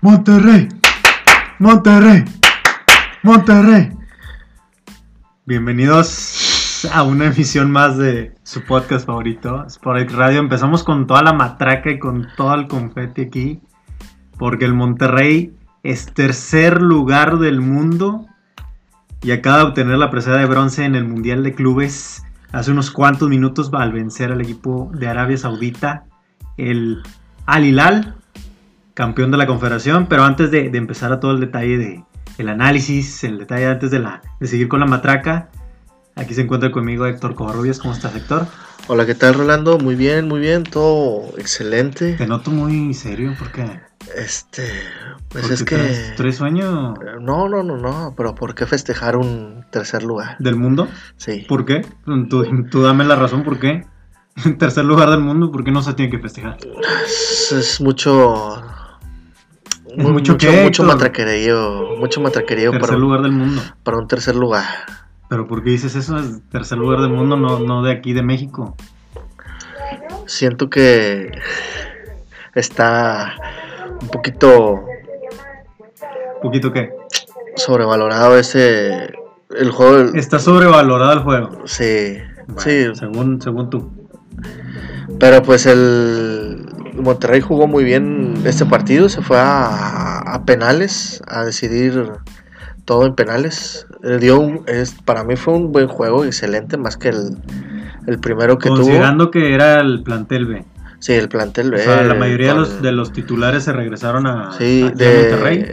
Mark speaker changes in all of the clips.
Speaker 1: Monterrey, Monterrey, Monterrey. Bienvenidos a una emisión más de su podcast favorito, Sporadic Radio. Empezamos con toda la matraca y con todo el confeti aquí, porque el Monterrey es tercer lugar del mundo y acaba de obtener la presea de bronce en el Mundial de Clubes hace unos cuantos minutos al vencer al equipo de Arabia Saudita, el Al Hilal, campeón de la Confederación. Pero antes de, de empezar a todo el detalle de el análisis, el detalle antes de, la, de seguir con la matraca, aquí se encuentra conmigo Héctor Covarrubias. ¿Cómo estás, Héctor?
Speaker 2: Hola, ¿qué tal, Rolando? Muy bien, muy bien, todo excelente.
Speaker 1: Te noto muy serio porque
Speaker 2: Este, pues
Speaker 1: porque
Speaker 2: es que...
Speaker 1: traes- traes sueño
Speaker 2: No, no, no, no, pero ¿por qué festejar un tercer lugar?
Speaker 1: del mundo.
Speaker 2: Sí.
Speaker 1: ¿Por qué? Tú, tú dame la razón, ¿por qué? En tercer lugar del mundo, ¿por qué no se tiene que festejar?
Speaker 2: Es, es mucho...
Speaker 1: Es
Speaker 2: mu-
Speaker 1: mucho
Speaker 2: mucho,
Speaker 1: qué,
Speaker 2: mucho
Speaker 1: Héctor.
Speaker 2: matraquerío, mucho matraquerío
Speaker 1: tercer
Speaker 2: para, un-
Speaker 1: lugar del mundo.
Speaker 2: para un tercer lugar.
Speaker 1: Pero ¿por qué dices eso? Es tercer lugar del mundo, no, no de aquí de México.
Speaker 2: Siento que está un poquito
Speaker 1: ¿Poquito qué?
Speaker 2: sobrevalorado ese... El juego... del-
Speaker 1: Está sobrevalorado el juego.
Speaker 2: Sí, sí,
Speaker 1: Bueno, Según, según tú.
Speaker 2: Pero pues el Monterrey jugó muy bien este partido, se fue a, a penales, a decidir todo en penales. Eh, Dio un- es- para mí fue un buen juego, excelente, más que el, el primero que tuvo.
Speaker 1: Considerando que era el plantel B.
Speaker 2: Sí, el plantel
Speaker 1: O
Speaker 2: B.
Speaker 1: sea, la mayoría de los,
Speaker 2: con-
Speaker 1: de los titulares se regresaron a,
Speaker 2: sí,
Speaker 1: aquí a
Speaker 2: de
Speaker 1: Monterrey.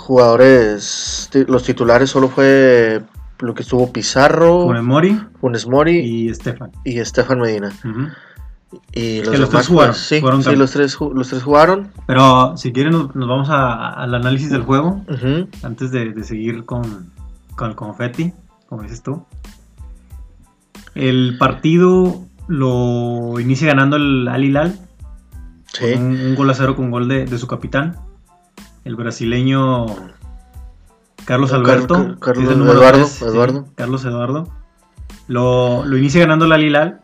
Speaker 2: jugadores, ti- los titulares solo fue lo que estuvo
Speaker 1: Con el
Speaker 2: Pizarro,
Speaker 1: Mori
Speaker 2: Funes Mori
Speaker 1: y Estefan.
Speaker 2: y Estefan Medina.
Speaker 1: Ujú.
Speaker 2: Y los,
Speaker 1: que los
Speaker 2: demás,
Speaker 1: tres jugaron,
Speaker 2: pues, sí,
Speaker 1: fueron
Speaker 2: sí,
Speaker 1: también.
Speaker 2: los tres, ju- los tres jugaron.
Speaker 1: Pero si quieren nos, nos vamos a- al análisis del juego.
Speaker 2: Ujú.
Speaker 1: antes de, de seguir con, con el confeti, como dices tú. El partido lo inicia ganando el Al Hilal,
Speaker 2: Sí.
Speaker 1: un, un gol a cero con gol de, de su capitán, el brasileño Carlos
Speaker 2: Car-
Speaker 1: Alberto.
Speaker 2: Car-
Speaker 1: que
Speaker 2: Carlos
Speaker 1: es el número
Speaker 2: Eduardo,
Speaker 1: tres, sí,
Speaker 2: Eduardo.
Speaker 1: Carlos Eduardo. Lo, lo inicia ganando el Al Hilal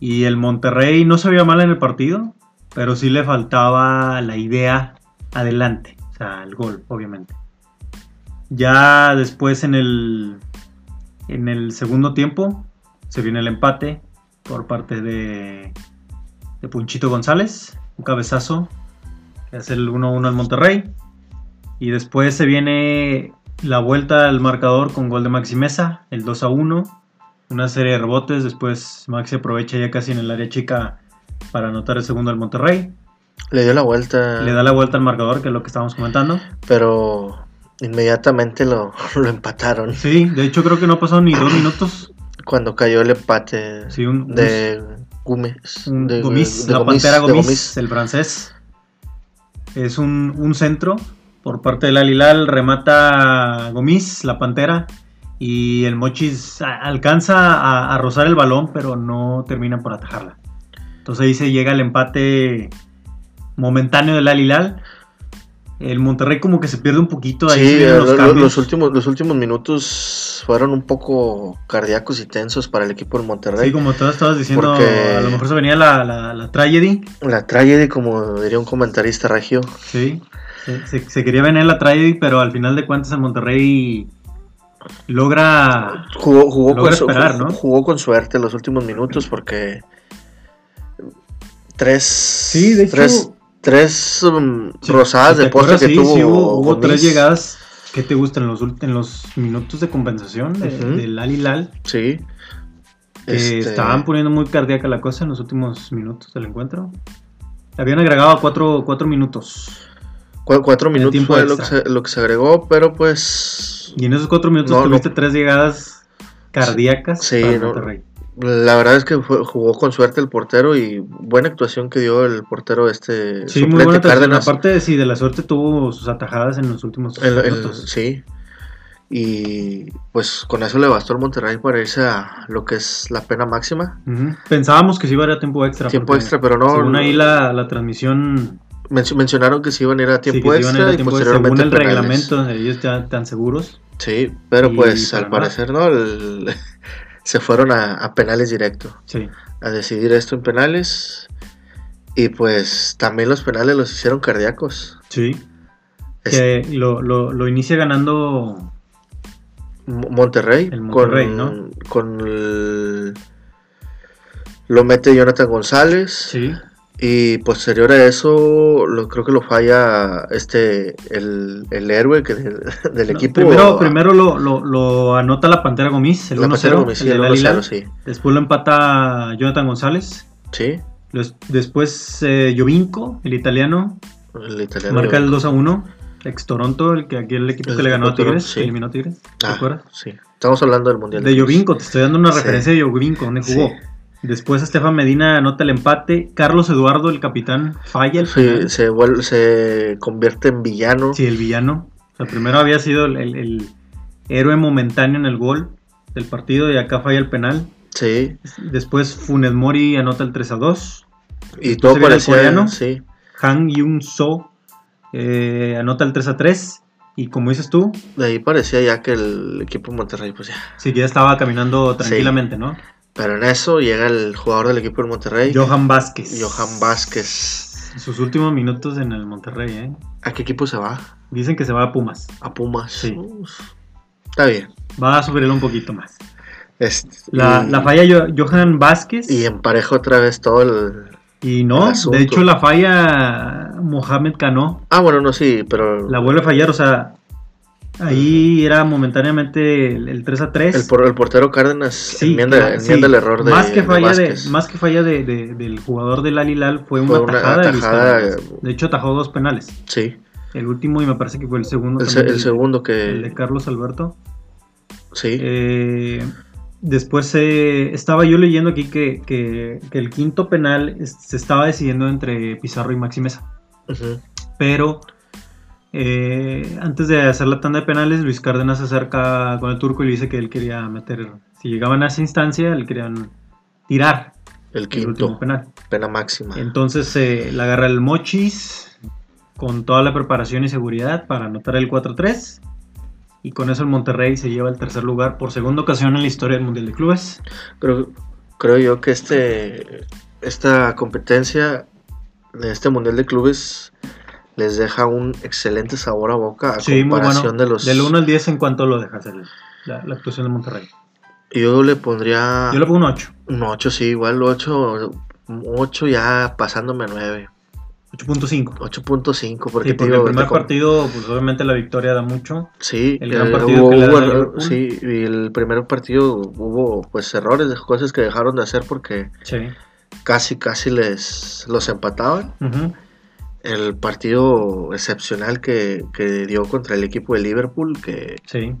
Speaker 1: y el Monterrey no se veía mal en el partido, pero sí le faltaba la idea adelante, o sea, el gol, obviamente. Ya después en el, en el segundo tiempo se viene el empate por parte de, de Punchito González, un cabezazo que hace el 1-1 al Monterrey. Y después se viene la vuelta al marcador con gol de Maxi Mesa, el 2-1, una serie de rebotes, después Maxi aprovecha ya casi en el área chica para anotar el segundo al Monterrey.
Speaker 2: Le dio la vuelta,
Speaker 1: Le da la vuelta al marcador, que es lo que estábamos comentando.
Speaker 2: pero inmediatamente lo, lo empataron.
Speaker 1: Sí, de hecho creo que no pasaron ni dos minutos.
Speaker 2: Cuando cayó el empate
Speaker 1: Sí, un, un-
Speaker 2: de Gómez.
Speaker 1: un
Speaker 2: de,
Speaker 1: Gomis,
Speaker 2: de
Speaker 1: la
Speaker 2: Gomis,
Speaker 1: pantera
Speaker 2: de
Speaker 1: Gomis, el francés. Es un, un centro por parte del Alilal, remata Gomis, la pantera, y el Mochis a- alcanza a, a rozar el balón, pero no termina por atajarla. Entonces ahí se llega el empate momentáneo del Alilal. El Monterrey como que se pierde un poquito ahí.
Speaker 2: Sí,
Speaker 1: vienen
Speaker 2: lo- lo-
Speaker 1: cambios.
Speaker 2: los, últimos, los últimos minutos fueron un poco cardíacos y tensos para el equipo del Monterrey.
Speaker 1: Sí, como todos estabas diciendo,
Speaker 2: Porque-
Speaker 1: a lo mejor se venía la, la, la tragedy.
Speaker 2: La tragedia, como diría un comentarista regio,
Speaker 1: Sí, se, se- se quería venir la tragedy, pero al final de cuentas el Monterrey logra...
Speaker 2: jugó, jugó,
Speaker 1: Logra
Speaker 2: con, su-
Speaker 1: esperar, ¿no?
Speaker 2: jugó con suerte los últimos minutos porque tres,
Speaker 1: Sí, de hecho-
Speaker 2: tres, tres um,
Speaker 1: si-
Speaker 2: rosadas
Speaker 1: si
Speaker 2: de
Speaker 1: te
Speaker 2: poste
Speaker 1: acuerdas, sí,
Speaker 2: que tuvo.
Speaker 1: sí hubo, hubo
Speaker 2: Gomis.
Speaker 1: tres llegadas que te gustan en los, ult- en los minutos de compensación de-
Speaker 2: Ujú.
Speaker 1: del Al Hilal,
Speaker 2: Sí.
Speaker 1: que
Speaker 2: Este,
Speaker 1: estaban poniendo muy cardíaca la cosa en los últimos minutos del encuentro. Le habían agregado cuatro, cuatro minutos.
Speaker 2: cua- cuatro minutos
Speaker 1: tiempo
Speaker 2: fue lo que,
Speaker 1: extra.
Speaker 2: se, lo que se agregó, pero pues
Speaker 1: Y en esos cuatro minutos
Speaker 2: No, no.
Speaker 1: tuviste tres llegadas cardíacas
Speaker 2: Sí,
Speaker 1: para el
Speaker 2: no. eh,
Speaker 1: Monterrey.
Speaker 2: la verdad es que fue- jugó con suerte el portero y buena actuación que dio el portero este
Speaker 1: Sí, muy
Speaker 2: suplente
Speaker 1: buena actuación.
Speaker 2: Cárdenas.
Speaker 1: Aparte, sí, de la suerte tuvo sus atajadas en los últimos
Speaker 2: El- el-
Speaker 1: minutos.
Speaker 2: sí. Y pues con eso le bastó al Monterrey para irse a lo que es la pena máxima.
Speaker 1: Ujú. Pensábamos que sí iba a ir a tiempo extra.
Speaker 2: tiempo
Speaker 1: porque
Speaker 2: extra, pero no.
Speaker 1: según ahí la, la transmisión.
Speaker 2: mencio- mencionaron que se iban a ir a
Speaker 1: sí, que
Speaker 2: tiempo
Speaker 1: se iban a
Speaker 2: extra
Speaker 1: ir a
Speaker 2: y
Speaker 1: tiempo extra,
Speaker 2: posteriormente
Speaker 1: según el
Speaker 2: penales.
Speaker 1: reglamento, ellos ya tan seguros.
Speaker 2: Sí, pero
Speaker 1: Y
Speaker 2: pues al
Speaker 1: para nada.
Speaker 2: parecer no. El- se fueron a, a penales directo.
Speaker 1: Sí.
Speaker 2: A decidir esto en penales. Y pues también los penales los hicieron cardíacos.
Speaker 1: Sí. Que lo, lo, lo inicia ganando
Speaker 2: Monterrey,
Speaker 1: El Monterrey,
Speaker 2: con,
Speaker 1: ¿no?
Speaker 2: con el- lo mete Jonathan González
Speaker 1: sí,
Speaker 2: y posterior a eso lo creo que lo falla este el, el héroe que del, del
Speaker 1: No,
Speaker 2: equipo
Speaker 1: Primero, primero lo, lo- lo anota la Pantera Gomis, el
Speaker 2: la
Speaker 1: 1-0.
Speaker 2: pasaron
Speaker 1: el
Speaker 2: homicidio,
Speaker 1: del
Speaker 2: el
Speaker 1: Al-Hilal.
Speaker 2: 1-0, sí.
Speaker 1: Después lo empata Jonathan González.
Speaker 2: Sí,
Speaker 1: Los- Después eh, Jovinko, el italiano,
Speaker 2: el italiano.
Speaker 1: marca el 2 a 1. Ex Toronto, el que aquí el equipo
Speaker 2: El
Speaker 1: que le ganó a
Speaker 2: equipo de
Speaker 1: Tigres,
Speaker 2: Toronto,
Speaker 1: que
Speaker 2: sí.
Speaker 1: eliminó a Tigres, ¿te
Speaker 2: Ah,
Speaker 1: acuerdas?
Speaker 2: sí. Estamos hablando del mundial.
Speaker 1: De Jovinko, te estoy dando una
Speaker 2: Sí.
Speaker 1: referencia de Jovinko, donde
Speaker 2: Sí.
Speaker 1: jugó. Después Estefan Medina anota el empate. Carlos Eduardo, el capitán, falla el
Speaker 2: Sí,
Speaker 1: penal.
Speaker 2: se, vuelve, se convierte en villano.
Speaker 1: Sí, el villano. O sea, primero había sido el, el- el héroe momentáneo en el gol del partido y acá falla el penal.
Speaker 2: Sí,
Speaker 1: Después Funes Mori anota el 3 a 2.
Speaker 2: y todo
Speaker 1: se viene el
Speaker 2: parecía.
Speaker 1: coreano.
Speaker 2: Sí,
Speaker 1: Han Yun So eh, anota el 3 a 3. Y como dices tú,
Speaker 2: de ahí parecía ya que el equipo de Monterrey, pues ya.
Speaker 1: sí, ya estaba caminando tranquilamente, ¿no?
Speaker 2: Pero en eso llega el jugador del equipo del Monterrey,
Speaker 1: Johan Vázquez.
Speaker 2: Johan Vázquez.
Speaker 1: Sus últimos minutos en el Monterrey, ¿eh?
Speaker 2: ¿A qué equipo se va?
Speaker 1: Dicen que se va a Pumas.
Speaker 2: A Pumas.
Speaker 1: Sí.
Speaker 2: Uf. Está bien.
Speaker 1: Va a sufrir un poquito más.
Speaker 2: Este,
Speaker 1: La,
Speaker 2: y,
Speaker 1: la falla Jo- Johan Vázquez.
Speaker 2: y empareja otra vez todo el.
Speaker 1: Y
Speaker 2: El
Speaker 1: no,
Speaker 2: asunto.
Speaker 1: de hecho la falla Mohamed Cano,
Speaker 2: Ah, bueno, no, sí, pero.
Speaker 1: la vuelve a fallar, o sea, ahí era momentáneamente el, el 3 a 3.
Speaker 2: El, por- el portero Cárdenas
Speaker 1: Sí,
Speaker 2: enmienda,
Speaker 1: claro,
Speaker 2: enmienda
Speaker 1: sí.
Speaker 2: el error de.
Speaker 1: más que
Speaker 2: de
Speaker 1: falla de,
Speaker 2: Vázquez.
Speaker 1: más que falla de, de- del jugador del Alilal fue una
Speaker 2: Fue una
Speaker 1: tajada, de, Luis
Speaker 2: tajada,
Speaker 1: Cárdenas. De hecho atajó dos penales,
Speaker 2: Sí,
Speaker 1: el último y me parece que fue el segundo
Speaker 2: el, se-
Speaker 1: también,
Speaker 2: el segundo
Speaker 1: el de
Speaker 2: que.
Speaker 1: Carlos Alberto.
Speaker 2: Sí.
Speaker 1: Eh, después eh, estaba yo leyendo aquí que, que- que el quinto penal es- se estaba decidiendo entre Pizarro y Maxi Mesa.
Speaker 2: ujú.
Speaker 1: pero eh, antes de hacer la tanda de penales, Luis Cárdenas se acerca con el turco y le dice que él quería meter, si llegaban a esa instancia, le querían tirar
Speaker 2: El
Speaker 1: el último
Speaker 2: quinto,
Speaker 1: penal.
Speaker 2: pena máxima.
Speaker 1: Entonces eh, la agarra el Mochis con toda la preparación y seguridad para anotar el 4-3. Y con eso el Monterrey se lleva el tercer lugar por segunda ocasión en la historia del Mundial de Clubes.
Speaker 2: Creo, creo yo que este esta competencia de este Mundial de Clubes les deja un excelente sabor a boca a
Speaker 1: Sí, muy
Speaker 2: comparación
Speaker 1: bueno.
Speaker 2: de los.
Speaker 1: Del 1 al 10 en cuanto lo dejas el- la, la actuación del Monterrey.
Speaker 2: Yo le pondría
Speaker 1: Yo le pongo un 8,
Speaker 2: un 8, sí, igual 8, 8 ya pasándome a 9,
Speaker 1: 8.5.
Speaker 2: 8.5 porque,
Speaker 1: Sí,
Speaker 2: te
Speaker 1: porque
Speaker 2: digo,
Speaker 1: el primer
Speaker 2: te com-
Speaker 1: partido, pues obviamente la victoria da mucho.
Speaker 2: Sí,
Speaker 1: El gran
Speaker 2: eh,
Speaker 1: partido
Speaker 2: hubo-
Speaker 1: que le
Speaker 2: hubo
Speaker 1: dan a
Speaker 2: erro-
Speaker 1: Liverpool.
Speaker 2: sí, y el primer partido hubo pues errores, de cosas que dejaron de hacer porque
Speaker 1: Sí.
Speaker 2: casi casi les los empataban.
Speaker 1: Ujú.
Speaker 2: El partido excepcional que, que dio contra el equipo de Liverpool, que
Speaker 1: Sí.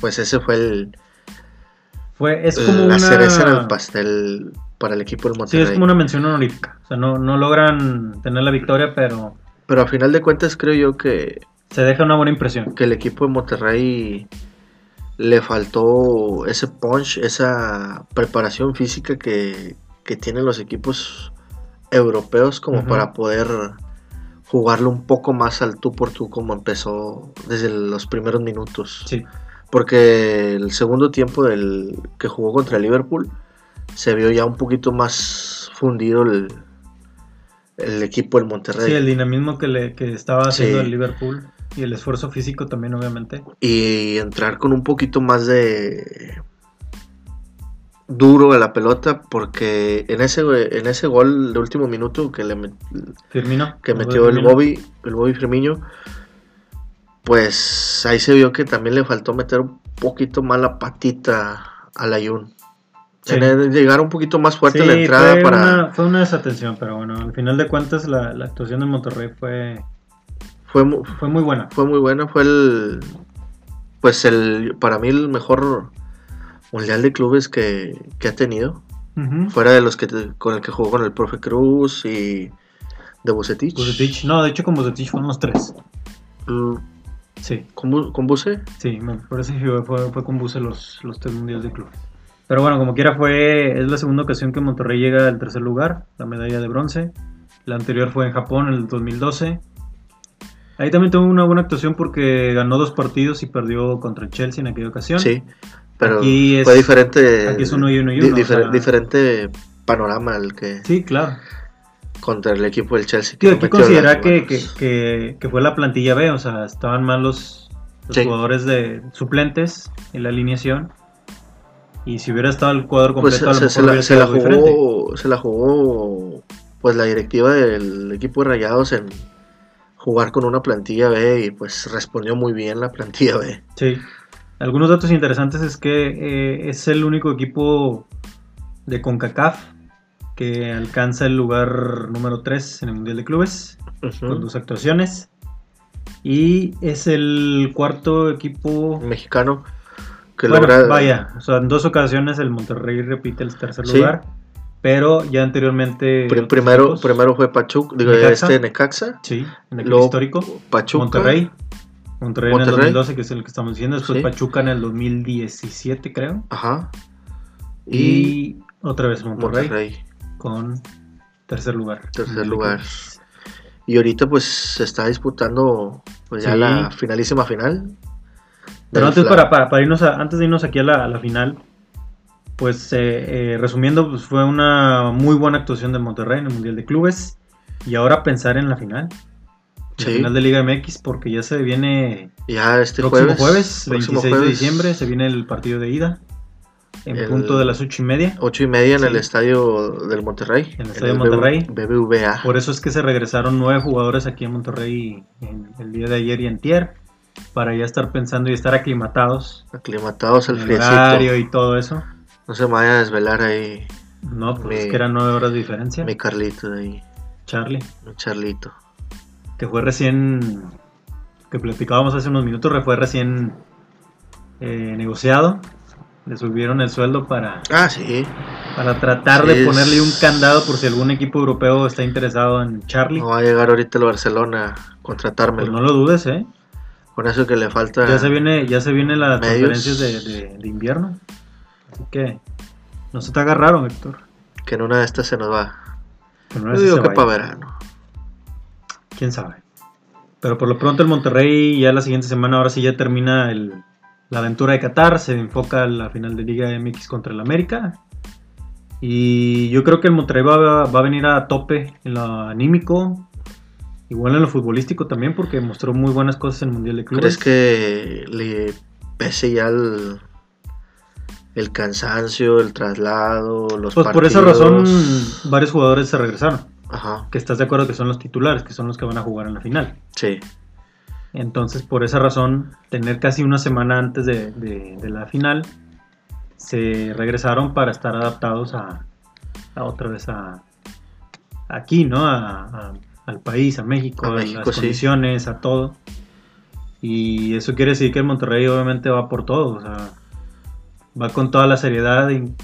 Speaker 2: pues ese fue el,
Speaker 1: Fue, es como
Speaker 2: Eh, la
Speaker 1: una.
Speaker 2: cereza en el pastel para el equipo del
Speaker 1: Sí,
Speaker 2: Monterrey.
Speaker 1: es como una mención honorífica. O sea, no, no logran tener la victoria, pero
Speaker 2: Pero a final de cuentas creo yo que,
Speaker 1: se deja una buena impresión.
Speaker 2: que el equipo de Monterrey le faltó ese punch, esa preparación física que, que tienen los equipos europeos como
Speaker 1: Ujú.
Speaker 2: para poder jugarlo un poco más al tú por tú como empezó desde los primeros minutos.
Speaker 1: Sí.
Speaker 2: Porque el segundo tiempo del que jugó contra el Liverpool se vio ya un poquito más fundido el, el equipo del Monterrey.
Speaker 1: Sí, el dinamismo que, le, que estaba haciendo
Speaker 2: Sí.
Speaker 1: el Liverpool y el esfuerzo físico también, obviamente.
Speaker 2: Y entrar con un poquito más de duro a la pelota porque en ese en ese gol de último minuto que le met-
Speaker 1: Firmino.
Speaker 2: que
Speaker 1: gol de
Speaker 2: metió el
Speaker 1: Firmino.
Speaker 2: Bobby, el Bobby Firmino, pues ahí se vio que también le faltó meter un poquito más la patita al Ayun.
Speaker 1: Sí.
Speaker 2: Tener- Llegar un poquito más fuerte
Speaker 1: Sí,
Speaker 2: a la entrada
Speaker 1: fue,
Speaker 2: para.
Speaker 1: una, fue una desatención, pero bueno, al final de cuentas la, la actuación de Monterrey fue,
Speaker 2: Fue, mu-
Speaker 1: fue muy buena.
Speaker 2: fue muy buena, fue el. Pues el. Para mí el mejor mundial de clubes que, que ha tenido.
Speaker 1: Ujú.
Speaker 2: Fuera de los que te- con el que jugó con el profe Cruz y. De Bucetich.
Speaker 1: Bucetich- no, de hecho con Bucetich fueron los tres.
Speaker 2: Mm,
Speaker 1: Sí.
Speaker 2: ¿Con, Bu- con Buce?
Speaker 1: Sí, me parece que fue, fue con Buse los, los tres mundiales de clubes. Pero bueno, como quiera fue, es la segunda ocasión que Monterrey llega al tercer lugar, la medalla de bronce. La anterior fue en Japón en el 2012. Ahí también tuvo una buena actuación porque ganó dos partidos y perdió contra el Chelsea en aquella ocasión.
Speaker 2: Sí, pero
Speaker 1: Aquí es-
Speaker 2: fue diferente.
Speaker 1: aquí es uno y uno y
Speaker 2: di-
Speaker 1: uno, o
Speaker 2: difer-
Speaker 1: sea-
Speaker 2: Diferente panorama el que.
Speaker 1: Sí, claro.
Speaker 2: contra el equipo del Chelsea.
Speaker 1: Tío, hay
Speaker 2: no
Speaker 1: que
Speaker 2: metió
Speaker 1: considerar
Speaker 2: gol,
Speaker 1: que, que,
Speaker 2: pues.
Speaker 1: que- que fue la plantilla B, o sea, estaban mal los, los
Speaker 2: Sí.
Speaker 1: jugadores de suplentes en la alineación. Y si hubiera estado el cuadro
Speaker 2: Pues
Speaker 1: completo,
Speaker 2: se, se- se
Speaker 1: a lo
Speaker 2: la,
Speaker 1: mejor
Speaker 2: se la
Speaker 1: hubiera sido diferente.
Speaker 2: jugó, se la jugó pues la directiva del equipo de Rayados en jugar con una plantilla B y pues respondió muy bien la plantilla B.
Speaker 1: Sí. Algunos datos interesantes es que eh, es el único equipo de CONCACAF que alcanza el lugar número 3 en el Mundial de Clubes. con dos actuaciones. Y es el cuarto equipo.
Speaker 2: Un mexicano que
Speaker 1: bueno,
Speaker 2: logra
Speaker 1: vaya, o sea, en dos ocasiones el Monterrey repite el tercer
Speaker 2: Sí.
Speaker 1: lugar, pero ya anteriormente.
Speaker 2: pri-
Speaker 1: otros
Speaker 2: eh, primero
Speaker 1: equipos-
Speaker 2: primero fue Pachuca, digo
Speaker 1: Necaxa.
Speaker 2: este Necaxa,
Speaker 1: Sí, en el
Speaker 2: luego
Speaker 1: histórico.
Speaker 2: Pachuca,
Speaker 1: Monterrey. Monterrey en el
Speaker 2: Monterrey.
Speaker 1: 2012, que es el que estamos diciendo. Después
Speaker 2: Sí.
Speaker 1: Pachuca en el 2017, creo.
Speaker 2: ajá. Y,
Speaker 1: Y, otra vez Monterrey,
Speaker 2: Monterrey.
Speaker 1: con tercer lugar.
Speaker 2: Tercer lugar. Y ahorita pues se está disputando pues ya
Speaker 1: Sí.
Speaker 2: la finalísima final.
Speaker 1: Pero
Speaker 2: del
Speaker 1: antes,
Speaker 2: fla-
Speaker 1: para, para- para irnos a- antes de irnos aquí a la, a la final, pues eh, eh, resumiendo, pues fue una muy buena actuación del Monterrey en el Mundial de Clubes. Y ahora pensar en la final. en La
Speaker 2: Sí.
Speaker 1: final de Liga MX, porque ya se viene
Speaker 2: ya este
Speaker 1: próximo
Speaker 2: jueves,
Speaker 1: jueves, 26
Speaker 2: próximo
Speaker 1: de
Speaker 2: jueves,
Speaker 1: diciembre, se viene el partido de ida. En
Speaker 2: El-
Speaker 1: punto de las ocho y media.
Speaker 2: Ocho y media en
Speaker 1: Sí.
Speaker 2: el estadio del Monterrey.
Speaker 1: En el estadio Monterrey.
Speaker 2: BBVA.
Speaker 1: Por eso es que se regresaron nueve jugadores aquí en Monterrey en- el día de ayer y antier. Para ya estar pensando y estar aclimatados.
Speaker 2: Aclimatados al
Speaker 1: en el horario
Speaker 2: friecito.
Speaker 1: y todo eso.
Speaker 2: No se me vaya a desvelar ahí
Speaker 1: No, pues
Speaker 2: Mi-
Speaker 1: es que eran nueve horas de diferencia.
Speaker 2: mi Carlito de ahí.
Speaker 1: Charlie,
Speaker 2: Mi Charlito.
Speaker 1: que fue recién, que platicábamos hace unos minutos, fue recién eh, negociado. Le subieron el sueldo para,
Speaker 2: Ah, sí.
Speaker 1: para tratar
Speaker 2: Sí,
Speaker 1: de
Speaker 2: es-
Speaker 1: ponerle un candado por si algún equipo europeo está interesado en Charlie.
Speaker 2: No va a llegar ahorita el Barcelona a
Speaker 1: Pues
Speaker 2: contratármelo.
Speaker 1: no lo dudes, ¿eh?
Speaker 2: Con eso que le falta.
Speaker 1: Ya se viene, ya se vienen las
Speaker 2: Ah. Medios.
Speaker 1: conferencias de, de- de invierno. Así que no se te haga raro, Héctor.
Speaker 2: Que en una de estas se nos va.
Speaker 1: que no
Speaker 2: Yo
Speaker 1: es
Speaker 2: digo
Speaker 1: ese
Speaker 2: que
Speaker 1: baile.
Speaker 2: para verano.
Speaker 1: quién sabe. Pero por lo pronto el Monterrey ya la siguiente semana, ahora sí ya termina el- la aventura de Qatar, se enfoca a la final de Liga MX contra el América. Y yo creo que el Monterrey va, va a venir a tope en lo anímico, igual en lo futbolístico también, porque mostró muy buenas cosas en el Mundial de Clubes.
Speaker 2: ¿Crees que le pese ya el, el cansancio, el traslado, los
Speaker 1: pues por
Speaker 2: partidos?
Speaker 1: esa razón varios jugadores se regresaron,
Speaker 2: Ajá,
Speaker 1: que estás de acuerdo que son los titulares, que son los que van a jugar en la final.
Speaker 2: sí.
Speaker 1: Entonces, por esa razón, tener casi una semana antes de, de- de la final, se regresaron para estar adaptados a, a otra vez a aquí, ¿no? A- a- al país, a México,
Speaker 2: A
Speaker 1: a,
Speaker 2: México,
Speaker 1: las
Speaker 2: sí.
Speaker 1: condiciones, a todo. Y eso quiere decir que el Monterrey obviamente va por todo, o sea, va con toda la seriedad y-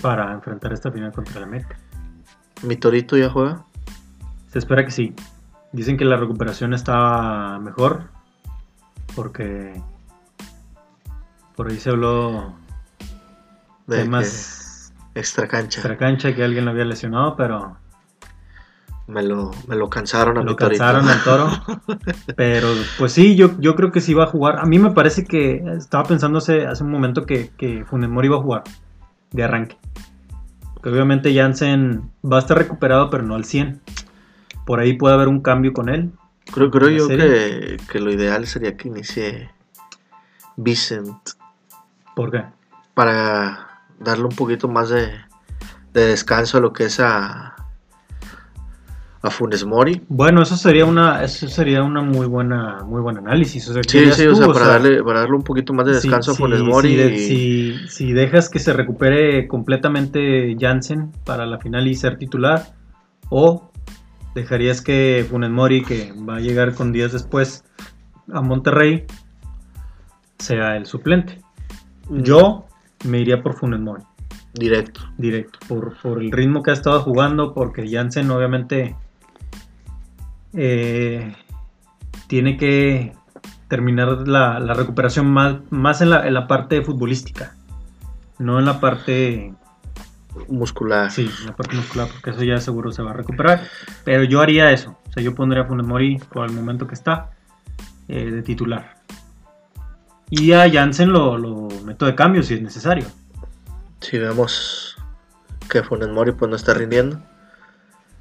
Speaker 1: para enfrentar esta final contra el América.
Speaker 2: ¿Mi Torito ya juega?
Speaker 1: Se espera que sí. Dicen que la recuperación está mejor. Porque por ahí se habló
Speaker 2: De
Speaker 1: temas
Speaker 2: que extra cancha.
Speaker 1: extra cancha que alguien lo había lesionado, pero
Speaker 2: Me, lo, me lo cansaron a mi
Speaker 1: lo
Speaker 2: Torito.
Speaker 1: cansaron al toro. Pero pues sí, yo, yo creo que sí va a jugar. A mí me parece que estaba pensando hace, hace un momento que, que Funes Mori iba a jugar de arranque. Que obviamente Jansen va a estar recuperado, pero no al 100. Por ahí puede haber un cambio con él.
Speaker 2: Creo, creo
Speaker 1: ¿En
Speaker 2: yo
Speaker 1: serio?
Speaker 2: que, que lo ideal sería que inicie Vicent
Speaker 1: porque
Speaker 2: para darle un poquito más de, de descanso a lo que es a, a Funes Mori.
Speaker 1: Bueno, eso sería una, eso sería una muy buena, muy buen análisis. O sea, ¿qué
Speaker 2: Sí,
Speaker 1: harías
Speaker 2: sí, o
Speaker 1: tú?
Speaker 2: sea,
Speaker 1: O
Speaker 2: para,
Speaker 1: sea,
Speaker 2: darle, para darle un poquito más de
Speaker 1: si-
Speaker 2: descanso a
Speaker 1: si-
Speaker 2: Funes Mori.
Speaker 1: Si, de-
Speaker 2: y-
Speaker 1: si- si dejas que se recupere completamente Jansen para la final y ser titular, o dejarías que Funes Mori, que va a llegar con días después a Monterrey, sea el suplente.
Speaker 2: Mm.
Speaker 1: Yo me iría por Funes Mori
Speaker 2: Directo.
Speaker 1: directo por, por el ritmo que ha estado jugando porque Jansen obviamente eh, tiene que terminar la, la recuperación más, más en, la, en la parte futbolística no en la parte
Speaker 2: Muscular.
Speaker 1: sí en la parte muscular porque eso ya seguro se va a recuperar pero yo haría eso o sea yo pondría a Funes Mori por el momento que está eh, de titular y a Jansen lo, lo meto de cambio si es necesario
Speaker 2: Si vemos que Funes Mori pues no está rindiendo,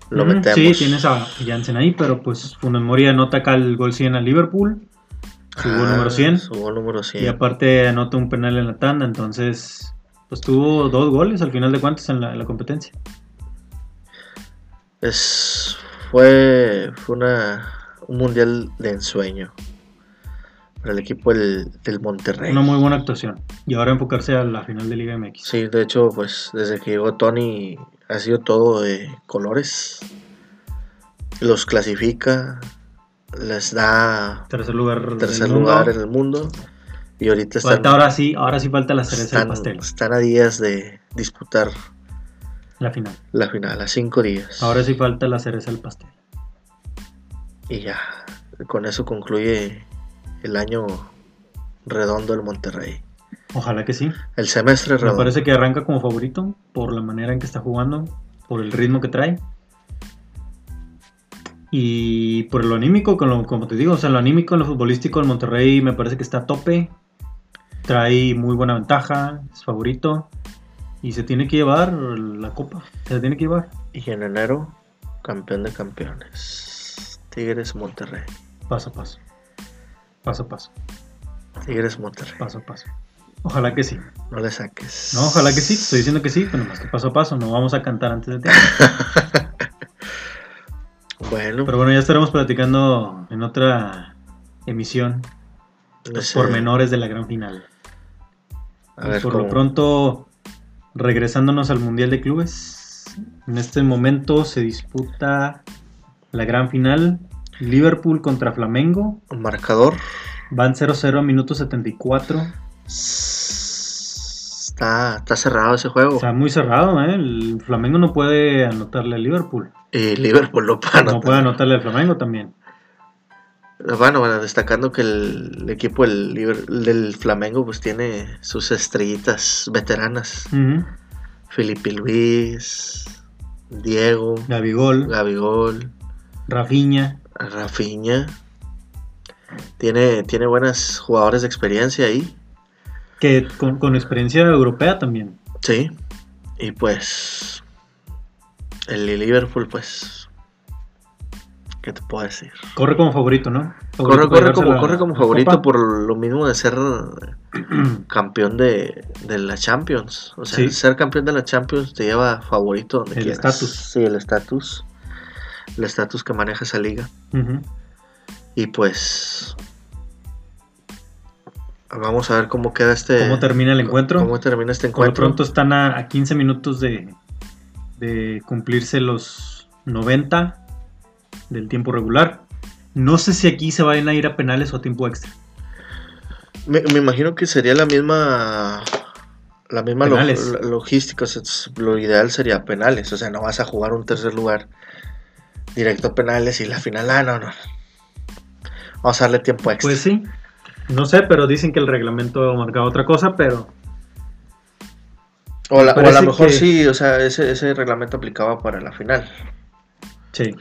Speaker 2: lo
Speaker 1: Mm,
Speaker 2: metemos.
Speaker 1: Sí, tienes a Jansen ahí, pero pues Funes Mori anota acá el gol 100 al Liverpool. Su gol
Speaker 2: Ah,
Speaker 1: número 100.
Speaker 2: Su gol número
Speaker 1: Y
Speaker 2: 100.
Speaker 1: aparte anota un penal en la tanda, entonces pues tuvo dos goles al final de cuentas en la, en la competencia.
Speaker 2: Es, fue fue una, un mundial de ensueño para el equipo del, del Monterrey.
Speaker 1: Una muy buena actuación. Y ahora enfocarse a la final de Liga MX.
Speaker 2: Sí, de hecho, pues desde que llegó Tony ha sido todo de colores. Los clasifica, les da
Speaker 1: Tercer lugar.
Speaker 2: tercer
Speaker 1: del mundo.
Speaker 2: lugar en el mundo y ahorita están,
Speaker 1: Falta ahora sí, ahora sí falta la cereza del
Speaker 2: están-
Speaker 1: pastel,
Speaker 2: están a días de disputar
Speaker 1: la final.
Speaker 2: la final, a cinco días.
Speaker 1: Ahora sí falta la cereza del pastel.
Speaker 2: Y ya, con eso concluye el año redondo del Monterrey.
Speaker 1: Ojalá que sí.
Speaker 2: El semestre
Speaker 1: Me
Speaker 2: redondo.
Speaker 1: parece que arranca como favorito por la manera en que está jugando, por el ritmo que trae. Y por lo anímico, con lo- como te digo, o sea, lo anímico en lo futbolístico, el Monterrey me parece que está a tope. Trae muy buena ventaja, es favorito. Y se tiene que llevar la copa, se la tiene que llevar.
Speaker 2: Y en enero, campeón de campeones. Tigres Monterrey.
Speaker 1: Paso a paso. Paso a paso,
Speaker 2: Tigres Monterrey.
Speaker 1: paso a paso. Ojalá que sí.
Speaker 2: No le saques.
Speaker 1: Ah. No, ojalá que sí, estoy diciendo que sí, pero más que paso a paso, no vamos a cantar antes de tiempo.
Speaker 2: Bueno,
Speaker 1: Pero bueno, ya estaremos platicando en otra emisión los
Speaker 2: ese-
Speaker 1: pormenores de la gran final.
Speaker 2: A ver,
Speaker 1: pues, por
Speaker 2: cómo-
Speaker 1: lo pronto, regresándonos al Mundial de Clubes, en este momento se disputa la gran final. Liverpool contra Flamengo,
Speaker 2: marcador.
Speaker 1: van 0-0 a minuto 74.
Speaker 2: Está, está cerrado ese juego.
Speaker 1: Está muy cerrado, ¿eh? El Flamengo no puede anotarle al Liverpool.
Speaker 2: Y eh, Liverpool lo para.
Speaker 1: No puede anotarle al Flamengo también.
Speaker 2: Bueno, bueno, destacando que el, el equipo del, Liber- del Flamengo pues tiene sus estrellitas veteranas.
Speaker 1: Ujú.
Speaker 2: Felipe Luis, Diego,
Speaker 1: Gabigol,
Speaker 2: Gabigol,
Speaker 1: Rafinha,
Speaker 2: Rafinha. Tiene, tiene buenas jugadores de experiencia ahí.
Speaker 1: que con, con experiencia europea también.
Speaker 2: Sí. Y pues. El Liverpool, pues. ¿Qué te puedo decir?
Speaker 1: Corre como favorito, ¿no?
Speaker 2: Corre,
Speaker 1: Favorito para
Speaker 2: corre como,
Speaker 1: llevarse la-
Speaker 2: corre como
Speaker 1: la
Speaker 2: favorito
Speaker 1: copa.
Speaker 2: por lo mismo de ser campeón de, de la Champions. O sea,
Speaker 1: Sí.
Speaker 2: ser campeón de la Champions te lleva favorito donde
Speaker 1: El
Speaker 2: quieras.
Speaker 1: estatus.
Speaker 2: Sí, el estatus. El estatus que maneja esa liga.
Speaker 1: Ujú.
Speaker 2: Y pues. Vamos a ver cómo queda este.
Speaker 1: ¿Cómo termina el encuentro?
Speaker 2: cómo termina este
Speaker 1: por lo
Speaker 2: encuentro.
Speaker 1: pronto están a, a 15 minutos de, de cumplirse los 90 del tiempo regular. No sé si aquí se van a ir a penales o a tiempo extra.
Speaker 2: Me, me imagino que sería la misma. La misma lo-
Speaker 1: Penales.
Speaker 2: lo- logística. o sea, es- lo ideal sería penales. O sea, no vas a jugar un tercer lugar directo a penales y la final. Ah, no, no. Vamos a darle tiempo extra.
Speaker 1: Pues sí. No sé, pero dicen que el reglamento marcaba otra cosa, pero
Speaker 2: o, la- o a lo
Speaker 1: parece
Speaker 2: mejor
Speaker 1: que-
Speaker 2: sí, o sea, ese, ese reglamento aplicaba para la final.
Speaker 1: sí.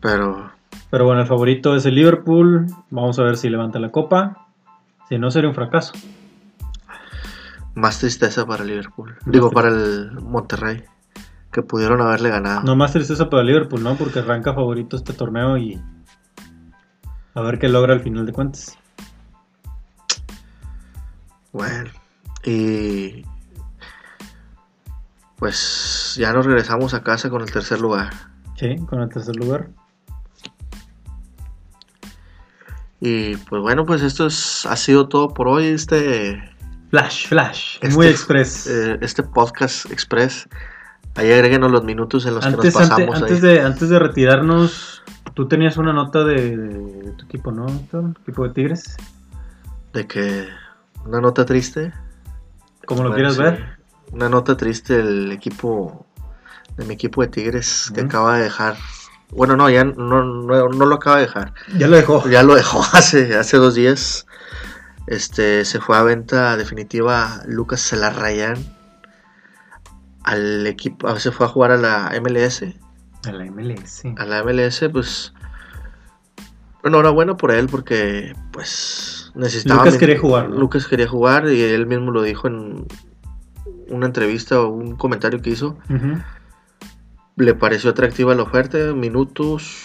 Speaker 2: Pero.
Speaker 1: Pero bueno, el favorito es el Liverpool. Vamos a ver si levanta la copa. Si no, sería un fracaso.
Speaker 2: Más tristeza para Liverpool. Digo, para el Monterrey. Que pudieron haberle ganado.
Speaker 1: No más tristeza para Liverpool, ¿no? Porque arranca favorito este torneo y a ver qué logra al final de cuentas.
Speaker 2: Bueno, y pues ya nos regresamos a casa con el tercer lugar.
Speaker 1: Sí, con el tercer lugar.
Speaker 2: Y pues bueno, pues esto es, ha sido todo por hoy, este,
Speaker 1: Flash, flash.
Speaker 2: Este-
Speaker 1: Muy express.
Speaker 2: eh, este podcast express. Ahí agréguenos los minutos en los que nos
Speaker 1: antes, antes,
Speaker 2: pasamos.
Speaker 1: antes
Speaker 2: ahí.
Speaker 1: de, antes de retirarnos, tú tenías una nota de, de- de tu equipo, ¿no? Héctor? Equipo de Tigres.
Speaker 2: de que una nota triste.
Speaker 1: Como lo
Speaker 2: Bueno,
Speaker 1: quieras
Speaker 2: Pues, sí,
Speaker 1: ver.
Speaker 2: Una nota triste del equipo, de mi equipo de Tigres, que
Speaker 1: Ujú.
Speaker 2: acaba de dejar. Bueno, no, ya no, no, no lo acaba de dejar.
Speaker 1: Ya lo dejó.
Speaker 2: ya lo dejó hace, hace dos días. Este se fue a venta definitiva Lucas Celarrayán al equipo, ah, se fue a jugar a la MLS.
Speaker 1: A la MLS.
Speaker 2: A la MLS, pues enhorabuena por él porque pues necesitaba
Speaker 1: Lucas quería jugar, ¿no?
Speaker 2: Lucas quería jugar y él mismo lo dijo en una entrevista o un comentario que hizo
Speaker 1: Ujú.
Speaker 2: le pareció atractiva la oferta, minutos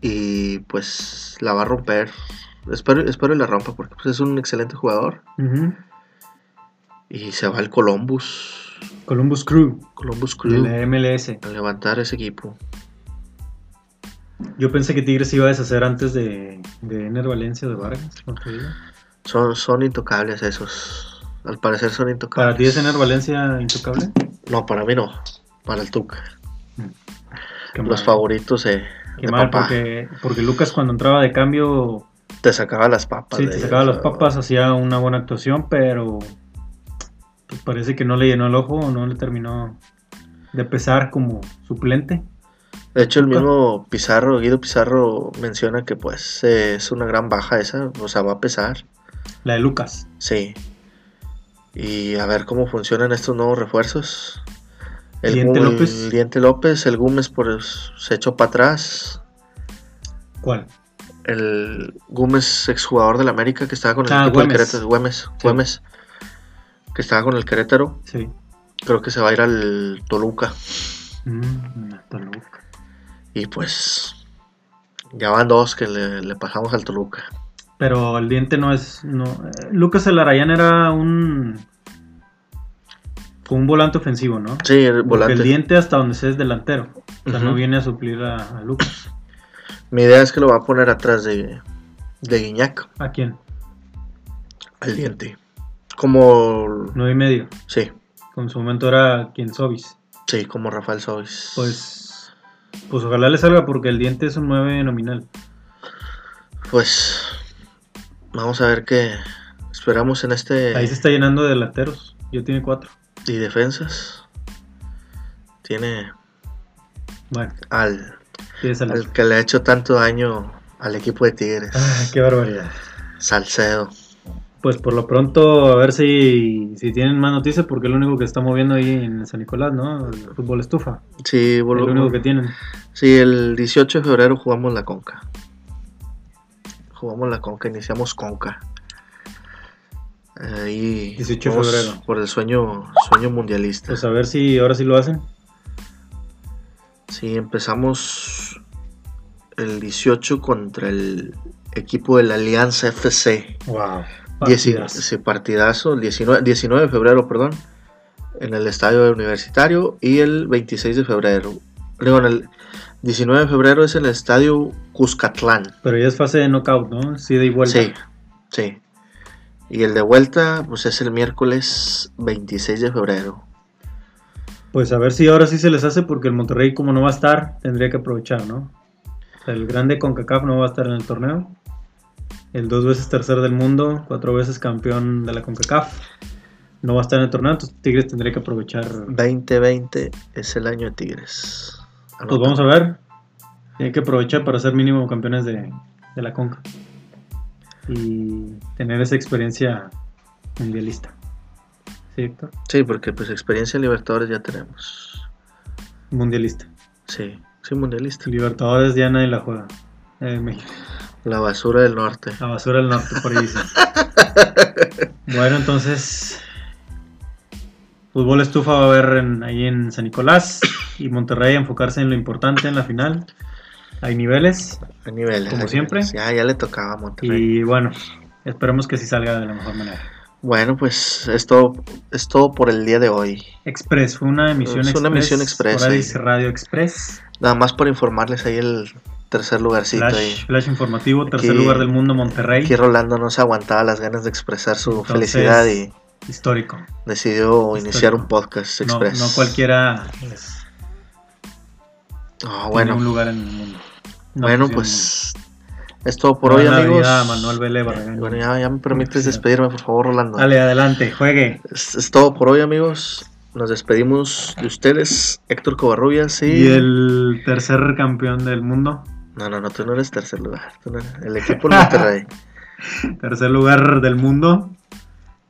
Speaker 2: y pues la va a romper. Espero, espero y la rompa porque pues, es un excelente jugador.
Speaker 1: Ujú.
Speaker 2: Y se va al Columbus,
Speaker 1: Columbus Crew
Speaker 2: Columbus
Speaker 1: de
Speaker 2: Crew
Speaker 1: la MLS.
Speaker 2: a levantar ese equipo.
Speaker 1: Yo pensé que Tigres se iba a deshacer antes de, de Ener Valencia o de Vargas. como te digo.
Speaker 2: Son, son intocables esos. Al parecer son intocables.
Speaker 1: ¿Para ti es Ener Valencia intocable?
Speaker 2: No, para mí no. Para el Tuca.
Speaker 1: Qué
Speaker 2: Los
Speaker 1: mal.
Speaker 2: favoritos eh,
Speaker 1: Qué
Speaker 2: de
Speaker 1: mal,
Speaker 2: papá.
Speaker 1: porque, porque Lucas cuando entraba de cambio,
Speaker 2: Te sacaba las papas.
Speaker 1: sí,
Speaker 2: de
Speaker 1: te
Speaker 2: ahí,
Speaker 1: sacaba
Speaker 2: o
Speaker 1: las
Speaker 2: sea,
Speaker 1: papas, hacía una buena actuación, pero pues, parece que no le llenó el ojo, no le terminó de pesar como suplente.
Speaker 2: De hecho, el
Speaker 1: Tuca.
Speaker 2: mismo Pizarro, Guido Pizarro, menciona que pues eh, es una gran baja esa. O sea, va a pesar.
Speaker 1: La de Lucas.
Speaker 2: Sí. Y a ver cómo funcionan estos nuevos refuerzos. El
Speaker 1: Diente
Speaker 2: Gu- el
Speaker 1: López.
Speaker 2: Diente López, el Gómez pues, se echó para atrás.
Speaker 1: ¿Cuál?
Speaker 2: el Gómez, exjugador del América, que estaba con el
Speaker 1: Ah,
Speaker 2: equipo del
Speaker 1: Güemes.
Speaker 2: Querétaro, Güemes, Güemes, que estaba con el Querétaro,
Speaker 1: Sí.
Speaker 2: creo que se va a ir al Toluca.
Speaker 1: Mm, la Toluca.
Speaker 2: Y pues ya van dos que le, le pasamos al Toluca.
Speaker 1: Pero el diente no es. No. eh, Lucas Elarayán era un. Fue un volante ofensivo, ¿no?
Speaker 2: Sí, el
Speaker 1: Porque
Speaker 2: volante.
Speaker 1: El diente hasta donde se es delantero. O sea,
Speaker 2: Ujú.
Speaker 1: no viene a suplir a, a Lucas.
Speaker 2: Mi idea es que lo va a poner atrás de, de Guiñac,
Speaker 1: ¿A quién?
Speaker 2: al diente. Como.
Speaker 1: Nueve y medio.
Speaker 2: Sí,
Speaker 1: Con su momento era quien Sobis.
Speaker 2: sí, como Rafael Sois.
Speaker 1: Pues. Pues ojalá le salga porque el diente es un 9 nominal.
Speaker 2: Pues. Vamos a ver qué esperamos en este.
Speaker 1: Ahí se está llenando de delanteros. Yo tiene 4.
Speaker 2: Y defensas. Tiene
Speaker 1: Bueno,
Speaker 2: al
Speaker 1: tiene salud.
Speaker 2: El que le ha hecho tanto daño al equipo de Tigres.
Speaker 1: Ah, qué barbaridad.
Speaker 2: Salcedo.
Speaker 1: Pues por lo pronto, a ver si, si tienen más noticias, porque es lo único que está moviendo ahí en San Nicolás, ¿no? El fútbol estufa.
Speaker 2: Sí,
Speaker 1: Es lo único
Speaker 2: volvemos.
Speaker 1: que tienen.
Speaker 2: Sí, el 18 de febrero jugamos la Conca. Jugamos la Conca, iniciamos Conca. Ahí
Speaker 1: 18 de
Speaker 2: vamos
Speaker 1: febrero.
Speaker 2: Por el sueño, sueño mundialista.
Speaker 1: Pues a ver si ahora sí lo hacen.
Speaker 2: sí, empezamos el 18 contra el equipo de la Alianza FC.
Speaker 1: Wow.
Speaker 2: Dieci- sí, partidazo, 19, 19 de febrero, perdón, en el estadio universitario y el 26 de febrero. Digo, en el 19 de febrero es en el estadio Cuscatlán.
Speaker 1: Pero ya es fase de knockout, ¿no? Sí, de y vuelta.
Speaker 2: Sí, sí. Y el de vuelta, pues es el miércoles 26 de febrero.
Speaker 1: Pues a ver si ahora sí se les hace, porque el Monterrey, como no va a estar, tendría que aprovechar, ¿no? O sea, el grande CONCACAF no va a estar en el torneo. El dos veces tercer del mundo, cuatro veces campeón de la CONCACAF. No va a estar en el torneo, entonces Tigres tendría que aprovechar.
Speaker 2: 2020 es el año de Tigres.
Speaker 1: Pues vamos a ver. Tiene que aprovechar para ser mínimo campeones de, de la Conca. Y tener esa experiencia mundialista. ¿Sí, Héctor?
Speaker 2: Sí, porque pues experiencia en Libertadores ya tenemos.
Speaker 1: Mundialista.
Speaker 2: Sí, sí, mundialista.
Speaker 1: Libertadores ya nadie la juega. Eh, en México.
Speaker 2: La basura del norte.
Speaker 1: La basura del norte, por ahí dicen. bueno, entonces. Fútbol estufa va a haber en- ahí en San Nicolás. Y Monterrey a enfocarse en lo importante en la final. Hay niveles.
Speaker 2: A niveles.
Speaker 1: Como
Speaker 2: a
Speaker 1: siempre.
Speaker 2: niveles. Ya, ya le tocaba a Monterrey.
Speaker 1: Y bueno, esperemos que sí salga de la mejor manera.
Speaker 2: Bueno, pues es todo, es todo por el día de hoy.
Speaker 1: Express, fue una emisión
Speaker 2: Es
Speaker 1: express.
Speaker 2: una emisión express,
Speaker 1: por Addis
Speaker 2: ahí.
Speaker 1: Radio Express.
Speaker 2: Nada más por informarles ahí el tercer lugarcito.
Speaker 1: Flash,
Speaker 2: Ahí.
Speaker 1: flash informativo, tercer
Speaker 2: Aquí-
Speaker 1: lugar del mundo, Monterrey.
Speaker 2: Aquí Rolando no se aguantaba las ganas de expresar su
Speaker 1: Entonces,
Speaker 2: felicidad y
Speaker 1: Histórico.
Speaker 2: decidió iniciar un podcast
Speaker 1: No,
Speaker 2: express.
Speaker 1: no cualquiera es-
Speaker 2: Ah,
Speaker 1: tiene un
Speaker 2: bueno,
Speaker 1: lugar en el mundo. Una
Speaker 2: bueno
Speaker 1: posición
Speaker 2: pues es todo por
Speaker 1: Gran
Speaker 2: hoy amigos.
Speaker 1: Navidad, Manuel Vélez Barragán.
Speaker 2: Bueno, ya, ya me permites
Speaker 1: Felicidad.
Speaker 2: despedirme por favor Rolando.
Speaker 1: Dale, adelante, juegue.
Speaker 2: Es, es todo por hoy amigos. Nos despedimos de ustedes, Héctor Covarrubias y...
Speaker 1: Y el tercer campeón del mundo,
Speaker 2: No, no, no, tú no eres tercer lugar. tú no eres- El equipo de Monterrey.
Speaker 1: tercer lugar del mundo,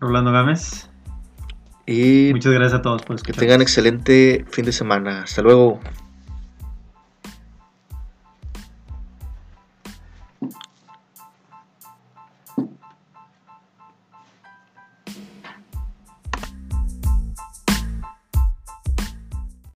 Speaker 1: Rolando Gámez.
Speaker 2: y
Speaker 1: Muchas gracias a todos por
Speaker 2: Que
Speaker 1: escuchar.
Speaker 2: tengan excelente fin de semana. Hasta luego.